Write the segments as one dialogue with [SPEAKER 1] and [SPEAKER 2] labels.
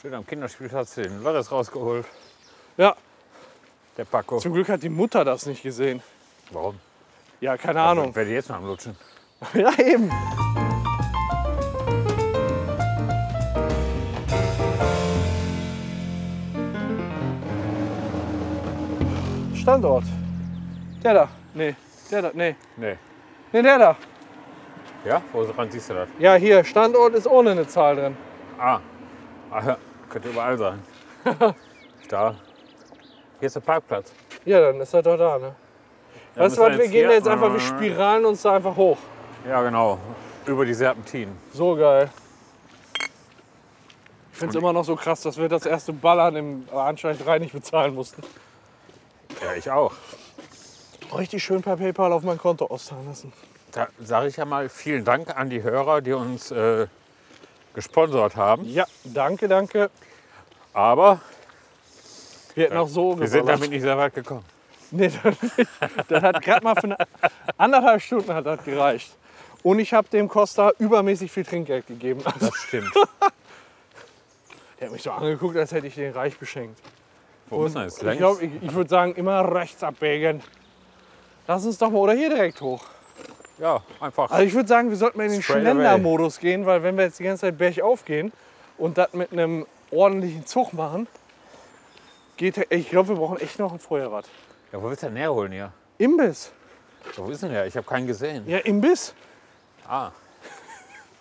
[SPEAKER 1] Schön am Kinderspielplatz den Lörres rausgeholt,
[SPEAKER 2] Ja,
[SPEAKER 1] der Paco.
[SPEAKER 2] zum Glück hat die Mutter das nicht gesehen.
[SPEAKER 1] Warum?
[SPEAKER 2] Ja, keine Ahnung.
[SPEAKER 1] Werde ich jetzt mal am Lutschen.
[SPEAKER 2] Ja, eben. Standort. Der da. Nee, der da. Nee,
[SPEAKER 1] Nee.
[SPEAKER 2] nee der da.
[SPEAKER 1] Ja? Wo dran siehst du das?
[SPEAKER 2] Ja, hier, Standort ist ohne eine Zahl drin.
[SPEAKER 1] Ah. ah ja. könnte überall sein. da. Hier ist der Parkplatz.
[SPEAKER 2] Ja, dann ist er doch da, ne?
[SPEAKER 1] Ja,
[SPEAKER 2] weißt
[SPEAKER 1] müssen
[SPEAKER 2] du was, wir
[SPEAKER 1] jetzt
[SPEAKER 2] gehen
[SPEAKER 1] hier- äh,
[SPEAKER 2] da jetzt einfach, wir spiralen uns da einfach hoch.
[SPEAKER 1] Ja, genau. Über die Serpentinen.
[SPEAKER 2] So geil. Ich finde es immer noch so krass, dass wir das erste Ballern im Anschein 3 nicht bezahlen mussten.
[SPEAKER 1] Ja, ich auch.
[SPEAKER 2] Richtig schön per PayPal auf mein Konto auszahlen lassen.
[SPEAKER 1] Da sage ich ja mal vielen Dank an die Hörer, die uns äh, gesponsert haben.
[SPEAKER 2] Ja, danke, danke.
[SPEAKER 1] Aber
[SPEAKER 2] Wir hätten auch so
[SPEAKER 1] wir sind
[SPEAKER 2] geballert.
[SPEAKER 1] damit nicht sehr weit gekommen.
[SPEAKER 2] Nee, das nicht. Das hat gerade mal für eine, anderthalb Stunden hat das gereicht. Und ich habe dem Costa übermäßig viel Trinkgeld gegeben.
[SPEAKER 1] Das stimmt.
[SPEAKER 2] Der hat mich so angeguckt, als hätte ich den reich beschenkt.
[SPEAKER 1] Wo ist denn das?
[SPEAKER 2] Ich
[SPEAKER 1] Längs?
[SPEAKER 2] glaube, ich, ich würde sagen, immer rechts abbiegen. Lass uns doch mal, oder hier direkt hoch.
[SPEAKER 1] ja, einfach.
[SPEAKER 2] Also ich würde sagen, wir sollten mal in den
[SPEAKER 1] Straight
[SPEAKER 2] Schlender-Modus gehen, weil wenn wir jetzt die ganze Zeit bergauf gehen und das mit einem ordentlichen Zug machen, geht, ich glaube, wir brauchen echt noch ein Feuerrad.
[SPEAKER 1] Ja, wo willst du denn herholen hier?
[SPEAKER 2] Imbiss.
[SPEAKER 1] Ja, wo ist denn der? Ich habe keinen gesehen.
[SPEAKER 2] Ja, Imbiss.
[SPEAKER 1] Ah.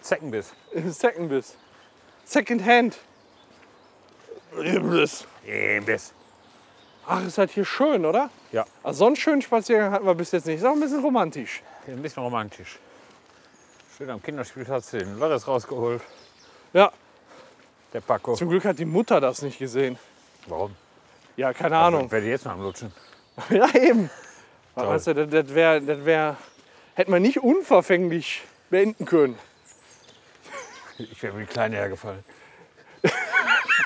[SPEAKER 1] Zeckenbiss.
[SPEAKER 2] Secondbiss. Second Hand. Imbiss.
[SPEAKER 1] Imbiss.
[SPEAKER 2] Ach, ist halt hier schön, oder?
[SPEAKER 1] Ja,
[SPEAKER 2] Also so einen schönen Spaziergang hatten wir bis jetzt nicht. Ist auch ein bisschen romantisch.
[SPEAKER 1] ein bisschen romantisch. Schön am Kinderspielplatz den Lörres rausgeholt,
[SPEAKER 2] Ja,
[SPEAKER 1] der Paco.
[SPEAKER 2] zum Glück hat die Mutter das nicht gesehen.
[SPEAKER 1] Warum?
[SPEAKER 2] Ja, keine Ahnung.
[SPEAKER 1] Werde ich jetzt mal am Lutschen.
[SPEAKER 2] Ja, eben. Also, das, das wäre, das wär, hätte man nicht unverfänglich beenden können.
[SPEAKER 1] Ich wäre mir die Kleine hergefallen.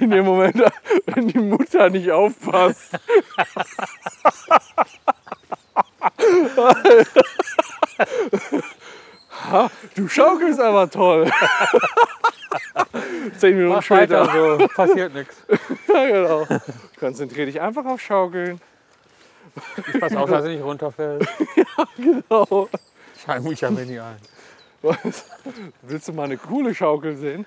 [SPEAKER 2] In dem Moment, wenn die Mutter nicht aufpasst. Ha, du schaukelst aber toll. Zehn Minuten später.
[SPEAKER 1] so, also. passiert nichts.
[SPEAKER 2] Ja, genau. Konzentrier dich einfach auf Schaukeln.
[SPEAKER 1] Ich pass auf, dass sie nicht runterfällt.
[SPEAKER 2] Genau.
[SPEAKER 1] Ich heim mich ja mir nie ein.
[SPEAKER 2] Was? Willst du mal eine coole Schaukel sehen?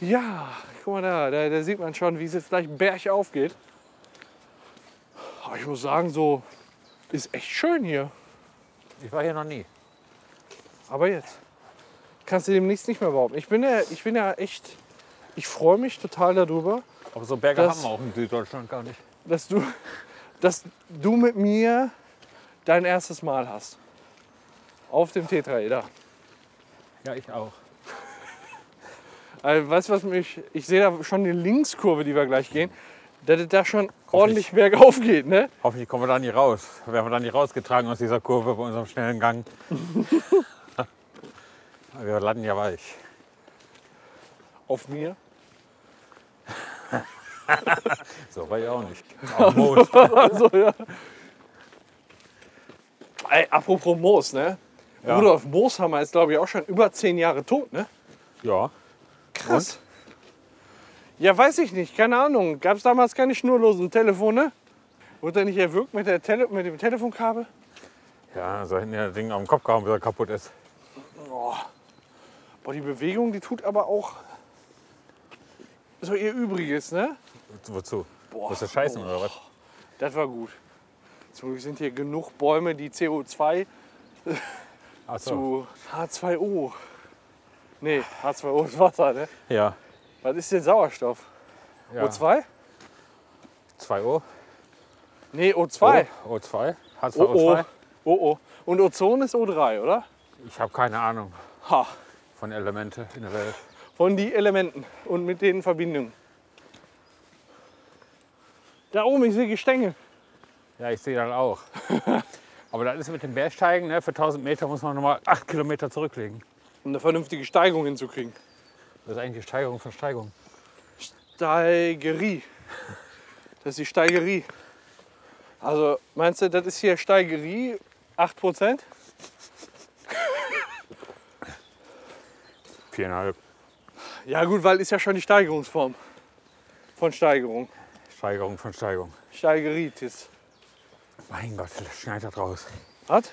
[SPEAKER 2] Ja, guck mal da, da, da sieht man schon, wie es jetzt gleich bergauf geht. Aber ich muss sagen, so ist echt schön hier.
[SPEAKER 1] Ich war hier noch nie.
[SPEAKER 2] Aber jetzt kannst du demnächst nicht mehr behaupten. Ich bin ja, ich bin ja echt, ich freue mich total darüber,
[SPEAKER 1] Aber so Berge
[SPEAKER 2] Das-
[SPEAKER 1] haben wir auch in Süddeutschland gar nicht.
[SPEAKER 2] dass du, dass du mit mir dein erstes Mal hast. Auf dem Tetraeder.
[SPEAKER 1] Ja, ich auch.
[SPEAKER 2] Also, weißt du, was mich. Ich sehe da schon die Linkskurve, die wir gleich gehen, dass es da schon ordentlich bergauf geht, ne?
[SPEAKER 1] Hoffentlich kommen wir da nicht raus. Werden wir da nicht rausgetragen aus dieser Kurve bei unserem schnellen Gang. wir landen ja weich.
[SPEAKER 2] Auf mir.
[SPEAKER 1] So war ich auch nicht. Auf Moos.
[SPEAKER 2] Also, ja. Ey, apropos Moos, ne?
[SPEAKER 1] Ja.
[SPEAKER 2] Rudolf Mooshammer ist, glaube ich, auch schon über zehn Jahre tot, ne?
[SPEAKER 1] Ja.
[SPEAKER 2] Krass. Ja, weiß ich nicht, keine Ahnung. Gab es damals keine schnurlosen Telefone? Wurde er nicht erwürgt mit, der Tele mit dem Telefonkabel?
[SPEAKER 1] Ja, so hinten das Ding am Kopf gehauen, bis er kaputt ist.
[SPEAKER 2] Boah, die Bewegung, die tut aber auch so ihr Übriges, ne?
[SPEAKER 1] Wozu?
[SPEAKER 2] Oh,
[SPEAKER 1] Musst du scheißen oder was?
[SPEAKER 2] Das war gut. Zum Glück sind hier genug Bäume, die CO2
[SPEAKER 1] Ach so.
[SPEAKER 2] zu H2O. Nee, H2O ist Wasser, ne?
[SPEAKER 1] Ja.
[SPEAKER 2] Was ist denn Sauerstoff?
[SPEAKER 1] ja.
[SPEAKER 2] O2?
[SPEAKER 1] 2 O.
[SPEAKER 2] Nee, O2.
[SPEAKER 1] O. O2. Hat's
[SPEAKER 2] Oh oh.
[SPEAKER 1] O2?
[SPEAKER 2] oh oh. Und Ozon ist O3, oder?
[SPEAKER 1] Ich habe keine Ahnung
[SPEAKER 2] Ha.
[SPEAKER 1] von Elemente in der Welt.
[SPEAKER 2] Von die Elementen und mit denen Verbindungen. Da oben, ich sehe Gestänge.
[SPEAKER 1] Ja, ich sehe das auch. Aber das ist mit dem Bergsteigen, ne? für 1000 Meter muss man nochmal 8 Kilometer zurücklegen.
[SPEAKER 2] Um eine vernünftige Steigung hinzukriegen.
[SPEAKER 1] Das ist eigentlich Steigerung von Steigung.
[SPEAKER 2] Steigerie. Das ist die Steigerie. Also meinst du, das ist hier Steigerie 8%?
[SPEAKER 1] Viereinhalb.
[SPEAKER 2] Ja gut, weil ist ja schon die Steigerungsform von Steigerung.
[SPEAKER 1] Steigerung von Steigerung.
[SPEAKER 2] Steigeritis.
[SPEAKER 1] Mein Gott, das schneidet das raus.
[SPEAKER 2] Was?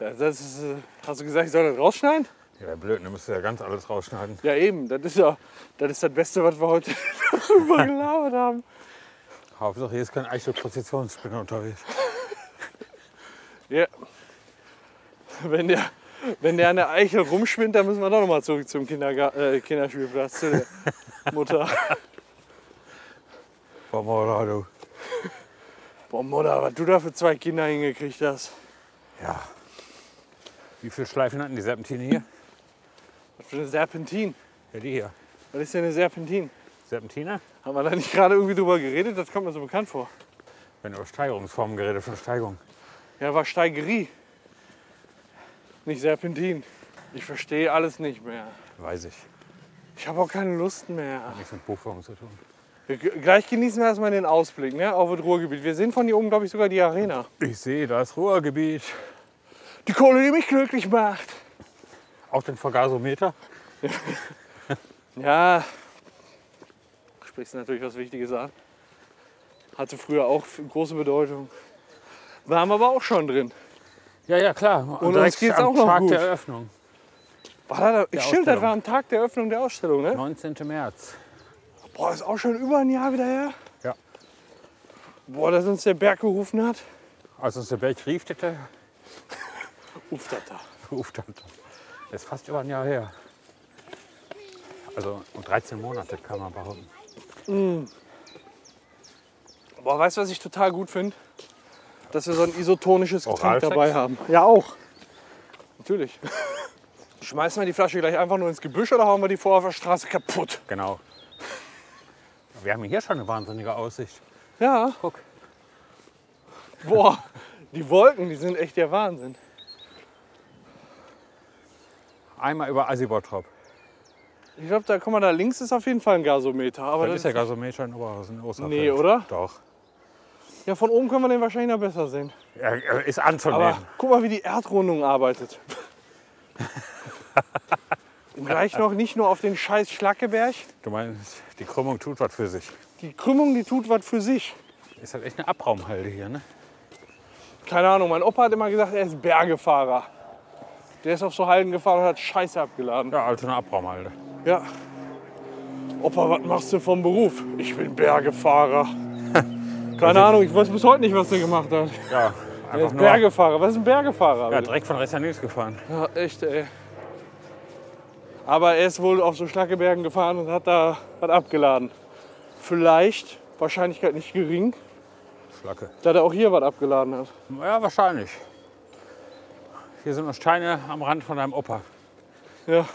[SPEAKER 2] Ja, Das ist, äh, hast du gesagt, ich soll das rausschneiden?
[SPEAKER 1] Ja, wäre blöd, dann müsstest du ja ganz alles rausschneiden.
[SPEAKER 2] Ja eben, das ist ja das, ist das Beste, was wir heute darüber gelabert haben.
[SPEAKER 1] Hauptsache, hier ist kein Eichelprozessionsspinner unterwegs.
[SPEAKER 2] Ja. Wenn der, wenn der an der Eichel rumschwimmt, dann müssen wir doch nochmal zurück zum Kindergar äh, Kinderspielplatz zu der Mutter.
[SPEAKER 1] Boah, Mora, du.
[SPEAKER 2] Boah, Mutter, was du da für zwei Kinder hingekriegt hast.
[SPEAKER 1] Ja. Wie viele Schleifen hatten die Serpentine hier?
[SPEAKER 2] Was für eine Serpentin.
[SPEAKER 1] Ja, die hier.
[SPEAKER 2] Was ist denn eine Serpentin?
[SPEAKER 1] Serpentine?
[SPEAKER 2] Haben wir da nicht gerade irgendwie drüber geredet? Das kommt mir so bekannt vor.
[SPEAKER 1] Wenn über Steigerungsformen geredet, von Steigung.
[SPEAKER 2] Ja, war Steigerie. Nicht Serpentin. Ich verstehe alles nicht mehr.
[SPEAKER 1] Weiß ich.
[SPEAKER 2] Ich habe auch keine Lust mehr.
[SPEAKER 1] Nichts mit Buchformen zu tun.
[SPEAKER 2] G- Gleich genießen wir erstmal den Ausblick ne, auf das Ruhrgebiet. Wir sehen von hier oben, glaube ich, sogar die Arena.
[SPEAKER 1] Ich sehe das Ruhrgebiet.
[SPEAKER 2] Die Kohle, die mich glücklich macht.
[SPEAKER 1] Auch den Vergasometer.
[SPEAKER 2] Ja, sprichst natürlich was Wichtiges an. Hatte früher auch f- große Bedeutung. Waren wir aber auch schon drin.
[SPEAKER 1] Ja, ja, klar.
[SPEAKER 2] Und
[SPEAKER 1] direkt
[SPEAKER 2] uns geht's
[SPEAKER 1] am
[SPEAKER 2] auch noch
[SPEAKER 1] Tag
[SPEAKER 2] gut.
[SPEAKER 1] der Eröffnung.
[SPEAKER 2] War da, da,
[SPEAKER 1] Der
[SPEAKER 2] stimmt, das
[SPEAKER 1] Ausstellung.
[SPEAKER 2] war am Tag der Eröffnung der Ausstellung. Ne?
[SPEAKER 1] 19. März.
[SPEAKER 2] Boah, ist auch schon über ein Jahr wieder her.
[SPEAKER 1] Ja.
[SPEAKER 2] Boah, dass uns der Berg gerufen hat.
[SPEAKER 1] Als uns der Berg rief, der
[SPEAKER 2] Uff, das da.
[SPEAKER 1] ruft dann. Das ist fast über ein Jahr her. Also um 13 Monate kann man behaupten.
[SPEAKER 2] Boah, weißt du, was ich total gut finde? Dass wir so ein isotonisches Getränk
[SPEAKER 1] Oralsex?
[SPEAKER 2] dabei haben. Ja, auch. Natürlich. Schmeißen wir die Flasche gleich einfach nur ins Gebüsch oder hauen wir die vor auf der Straße kaputt?
[SPEAKER 1] Genau. Wir haben hier schon eine wahnsinnige Aussicht.
[SPEAKER 2] Ja.
[SPEAKER 1] Guck.
[SPEAKER 2] Boah, die Wolken, die sind echt der Wahnsinn.
[SPEAKER 1] Einmal über Asibotrop.
[SPEAKER 2] Ich glaube, da, guck mal, da links ist auf jeden Fall ein Gasometer. Aber
[SPEAKER 1] Das ist ja
[SPEAKER 2] ja,
[SPEAKER 1] Gasometer in Oberhausen. Osterfeld.
[SPEAKER 2] Nee, oder?
[SPEAKER 1] Doch.
[SPEAKER 2] von oben können wir den wahrscheinlich noch besser sehen.
[SPEAKER 1] Er, er ist
[SPEAKER 2] Aber
[SPEAKER 1] anzunehmen.
[SPEAKER 2] guck mal, wie die Erdrundung arbeitet. Und gleich noch nicht nur auf den scheiß Schlackeberg.
[SPEAKER 1] du meinst, die Krümmung tut was für sich.
[SPEAKER 2] Die Krümmung, die tut was für sich.
[SPEAKER 1] Ist halt echt eine Abraumhalde hier, ne?
[SPEAKER 2] Keine Ahnung, mein Opa hat immer gesagt, er ist Bergefahrer. Der ist auf so Halden gefahren und hat Scheiße abgeladen.
[SPEAKER 1] Ja, also eine Abraumhalde.
[SPEAKER 2] Ja. Opa, was machst du vom Beruf? Ich bin Bergefahrer. Keine Ahnung, ich weiß bis heute nicht, was er gemacht hat.
[SPEAKER 1] Ja,
[SPEAKER 2] Er
[SPEAKER 1] einfach
[SPEAKER 2] ist
[SPEAKER 1] Also- nur.
[SPEAKER 2] Bergefahrer. Was ist ein Bergefahrer?
[SPEAKER 1] Ja,
[SPEAKER 2] bitte?
[SPEAKER 1] direkt von rechts nach links gefahren.
[SPEAKER 2] Ja, echt, ey. Aber er ist wohl auf so Schlackebergen gefahren und hat da was abgeladen. Vielleicht, Wahrscheinlichkeit nicht gering,
[SPEAKER 1] Schlacke.
[SPEAKER 2] da er auch hier was abgeladen hat.
[SPEAKER 1] Ja, wahrscheinlich. Hier sind noch Steine am Rand von deinem Opa.
[SPEAKER 2] Ja.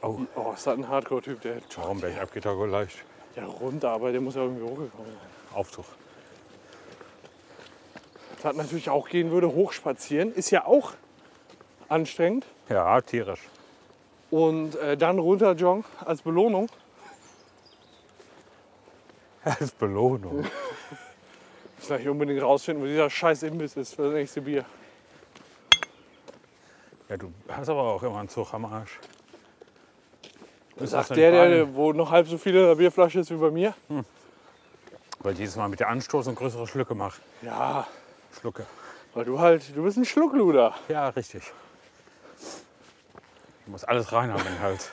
[SPEAKER 1] Oh.
[SPEAKER 2] oh, ist das ein Hardcore-Typ, der
[SPEAKER 1] Warum wäre ich abgetackelt leicht?
[SPEAKER 2] Ja, runter, aber der muss ja irgendwie hochgekommen sein.
[SPEAKER 1] Aufzug.
[SPEAKER 2] Das natürlich auch gehen würde, hochspazieren, ist ja auch anstrengend.
[SPEAKER 1] Ja, tierisch.
[SPEAKER 2] Und äh, dann runter joggen als Belohnung.
[SPEAKER 1] Als Belohnung.
[SPEAKER 2] Ich gleich unbedingt rausfinden, wo dieser scheiß Imbiss ist für das nächste Bier.
[SPEAKER 1] Ja, du hast aber auch immer einen Zug am Arsch. Das
[SPEAKER 2] Sagt
[SPEAKER 1] hast du
[SPEAKER 2] der,
[SPEAKER 1] nicht bei allen.
[SPEAKER 2] der, wo noch halb so viel in der Bierflasche ist wie bei mir.
[SPEAKER 1] Weil jedes Mal mit der Anstoßung größere Schlücke macht.
[SPEAKER 2] Ja,
[SPEAKER 1] Schlucke.
[SPEAKER 2] weil du halt, du bist ein Schluckluder.
[SPEAKER 1] Ja, richtig. Du musst alles rein haben in den Hals.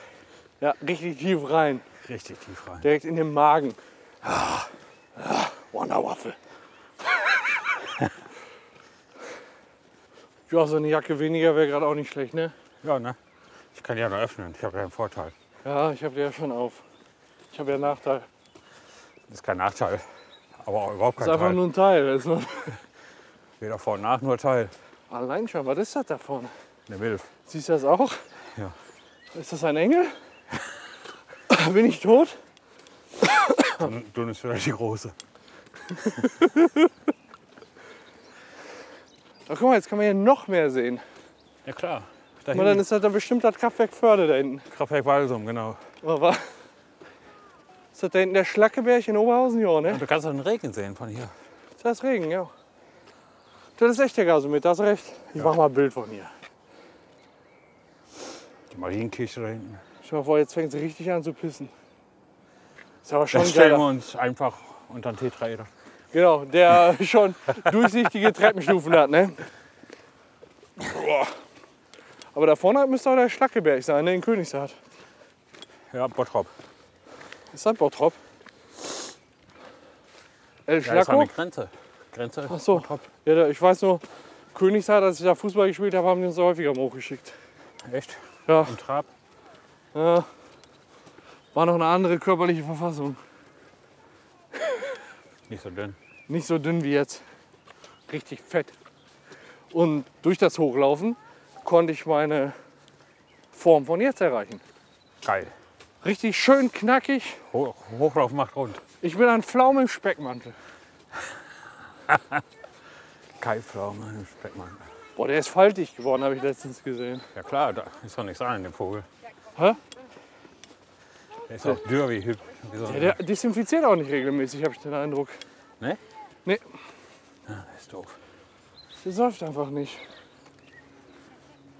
[SPEAKER 2] Ja, richtig tief rein,
[SPEAKER 1] Richtig tief rein.
[SPEAKER 2] direkt in den Magen. Ah, Wonderwaffel. ja, so eine Jacke weniger wäre gerade auch nicht schlecht, ne?
[SPEAKER 1] Ja, ne? Ich kann die ja noch öffnen. Ich habe ja einen Vorteil.
[SPEAKER 2] Ja, ich habe die ja schon auf. Ich habe ja einen Nachteil.
[SPEAKER 1] Das ist kein Nachteil. Aber auch überhaupt
[SPEAKER 2] Das
[SPEAKER 1] kein
[SPEAKER 2] ist einfach
[SPEAKER 1] Teil.
[SPEAKER 2] nur ein Teil. Das ist nur
[SPEAKER 1] Weder vor und nach, nur Teil.
[SPEAKER 2] Allein schon, was ist das da vorne?
[SPEAKER 1] Eine Milf.
[SPEAKER 2] Siehst du das auch?
[SPEAKER 1] Ja.
[SPEAKER 2] Ist das ein Engel? Bin ich tot?
[SPEAKER 1] Dun- Dünn ist wieder die große.
[SPEAKER 2] Na Oh, guck mal, jetzt kann man hier noch mehr sehen.
[SPEAKER 1] Ja klar. Da
[SPEAKER 2] Aber dann
[SPEAKER 1] hinten
[SPEAKER 2] ist das dann bestimmt das Kraftwerk Förde da hinten.
[SPEAKER 1] Kraftwerk Walsum, genau.
[SPEAKER 2] Aber ist das da hinten der Schlackeberg in Oberhausen? Ja, ne?
[SPEAKER 1] Und du kannst auch den Regen sehen von hier.
[SPEAKER 2] Da ist Regen, ja. Das ist echt der Gasometer, da hast du recht. Ich mach mal ein Bild von hier.
[SPEAKER 1] Die Marienkirche da hinten.
[SPEAKER 2] Schau mal vor, jetzt fängt es richtig an zu pissen. Ist aber schon
[SPEAKER 1] Das stellen wir
[SPEAKER 2] geil.
[SPEAKER 1] uns einfach unter den Tetraeder.
[SPEAKER 2] Genau, der schon durchsichtige Treppenstufen hat, ne? Boah. Aber da vorne müsste auch der Schlackeberg sein, ne? In Königshardt.
[SPEAKER 1] Ja, Bottrop.
[SPEAKER 2] Ist das Bottrop? El
[SPEAKER 1] Ja, das war
[SPEAKER 2] Schlacko?
[SPEAKER 1] eine Grenze. Grenze.
[SPEAKER 2] Ach so. Ja, da- ich weiß nur, Königshardt, als ich da Fußball gespielt habe, haben die uns da häufiger mal hochgeschickt.
[SPEAKER 1] Echt?
[SPEAKER 2] Ja,
[SPEAKER 1] Im Trab.
[SPEAKER 2] ja. War noch eine andere körperliche Verfassung.
[SPEAKER 1] Nicht so dünn.
[SPEAKER 2] Nicht so dünn wie jetzt. Richtig fett. Und durch das Hochlaufen konnte ich meine Form von jetzt erreichen.
[SPEAKER 1] Geil.
[SPEAKER 2] Richtig schön knackig.
[SPEAKER 1] Hoch, Hochlauf macht rund.
[SPEAKER 2] Ich bin ein Pflaume im Speckmantel.
[SPEAKER 1] Kai Pflaume, Speckmann.
[SPEAKER 2] Boah, der ist faltig geworden, habe ich letztens gesehen.
[SPEAKER 1] Ja klar, da ist doch nichts an dem Vogel.
[SPEAKER 2] Hä?
[SPEAKER 1] Der ist auch dürr wie hüb. Wie so
[SPEAKER 2] Ja,
[SPEAKER 1] ein-
[SPEAKER 2] der desinfiziert auch nicht regelmäßig, habe ich den Eindruck.
[SPEAKER 1] Ne?
[SPEAKER 2] Nee.
[SPEAKER 1] Ah, ist doof.
[SPEAKER 2] Der säuft einfach nicht.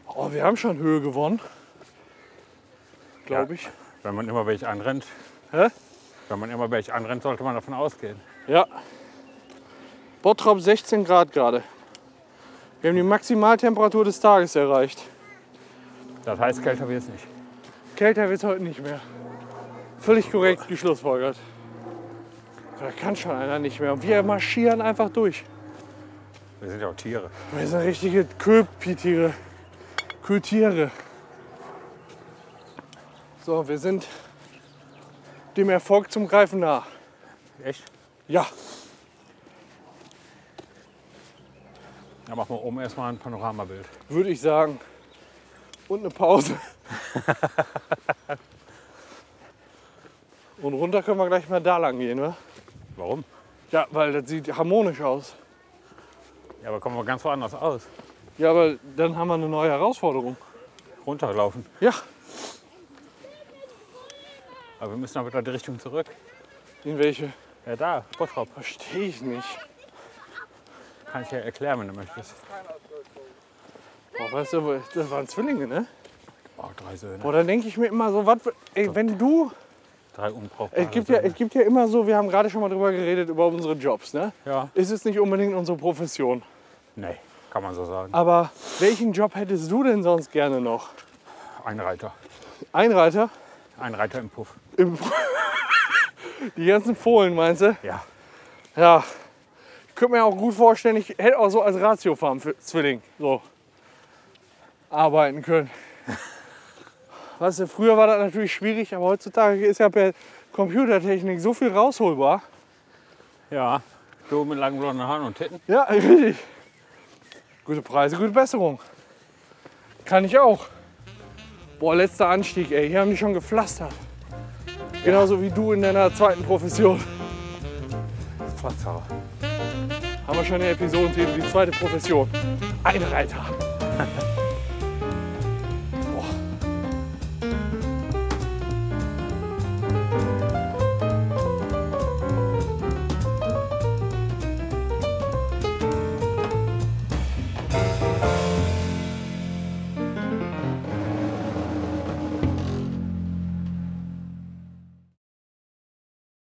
[SPEAKER 2] Oh, wir haben schon Höhe gewonnen. Glaube ich.
[SPEAKER 1] Wenn man immer welche anrennt,
[SPEAKER 2] Hä?
[SPEAKER 1] wenn man immer welche anrennt, sollte man davon ausgehen.
[SPEAKER 2] Ja. Bottrop 16 Grad gerade. Wir haben die Maximaltemperatur des Tages erreicht.
[SPEAKER 1] Das heißt, kälter wird es nicht.
[SPEAKER 2] Kälter wird es heute nicht mehr. Völlig korrekt geschlussfolgert. Da kann schon einer nicht mehr. Und wir marschieren einfach durch.
[SPEAKER 1] Wir sind ja auch Tiere.
[SPEAKER 2] Wir sind richtige Köpitiere. Kötiere. So, wir sind dem Erfolg zum Greifen nah.
[SPEAKER 1] Echt?
[SPEAKER 2] Ja,
[SPEAKER 1] Dann machen wir oben erstmal ein Panoramabild.
[SPEAKER 2] würde ich sagen. Und eine Pause. Und runter können wir gleich mal da lang gehen, ne?
[SPEAKER 1] Warum?
[SPEAKER 2] Ja, weil das sieht harmonisch aus.
[SPEAKER 1] Ja, aber kommen wir ganz woanders aus.
[SPEAKER 2] Ja, aber dann haben wir eine neue Herausforderung.
[SPEAKER 1] Runterlaufen.
[SPEAKER 2] Ja,
[SPEAKER 1] Aber wir müssen aber wieder die Richtung zurück.
[SPEAKER 2] in welche?
[SPEAKER 1] Ja, da, Bottrop.
[SPEAKER 2] Verstehe ich nicht.
[SPEAKER 1] Kann ich ja erklären, wenn du möchtest.
[SPEAKER 2] Boah, weißt du, das waren Zwillinge, ne?
[SPEAKER 1] Oh, drei Söhne.
[SPEAKER 2] Boah, dann denke ich mir immer so, was, ey, wenn du
[SPEAKER 1] Drei unbrauchbare
[SPEAKER 2] Es gibt, ja, es
[SPEAKER 1] Söhne.
[SPEAKER 2] gibt ja immer so, wir haben gerade schon mal drüber geredet, über unsere Jobs. Ne?
[SPEAKER 1] Ja.
[SPEAKER 2] Ist es nicht unbedingt unsere Profession.
[SPEAKER 1] Nee, kann man so sagen.
[SPEAKER 2] Aber welchen Job hättest du denn sonst gerne noch?
[SPEAKER 1] Einreiter.
[SPEAKER 2] Einreiter?
[SPEAKER 1] Einreiter im Puff.
[SPEAKER 2] Im Die ganzen Fohlen, meinst du?
[SPEAKER 1] Ja.
[SPEAKER 2] Ja. Ich könnte mir auch gut vorstellen, ich hätte auch so als Ratiofarm für Zwilling so arbeiten können. Weißt du, früher war das natürlich schwierig, aber heutzutage ist ja per Computertechnik so viel rausholbar.
[SPEAKER 1] Ja. Du mit langen blonden Haaren und Titten.
[SPEAKER 2] Ja, richtig. Gute Preise, gute Besserung. Kann ich auch. Boah, letzter Anstieg, ey. Hier haben die schon gepflastert. Genauso wie du in deiner zweiten Profession.
[SPEAKER 1] Flatzer.
[SPEAKER 2] Haben wir schon eine Episodentitel, die zweite Profession. Einreiter.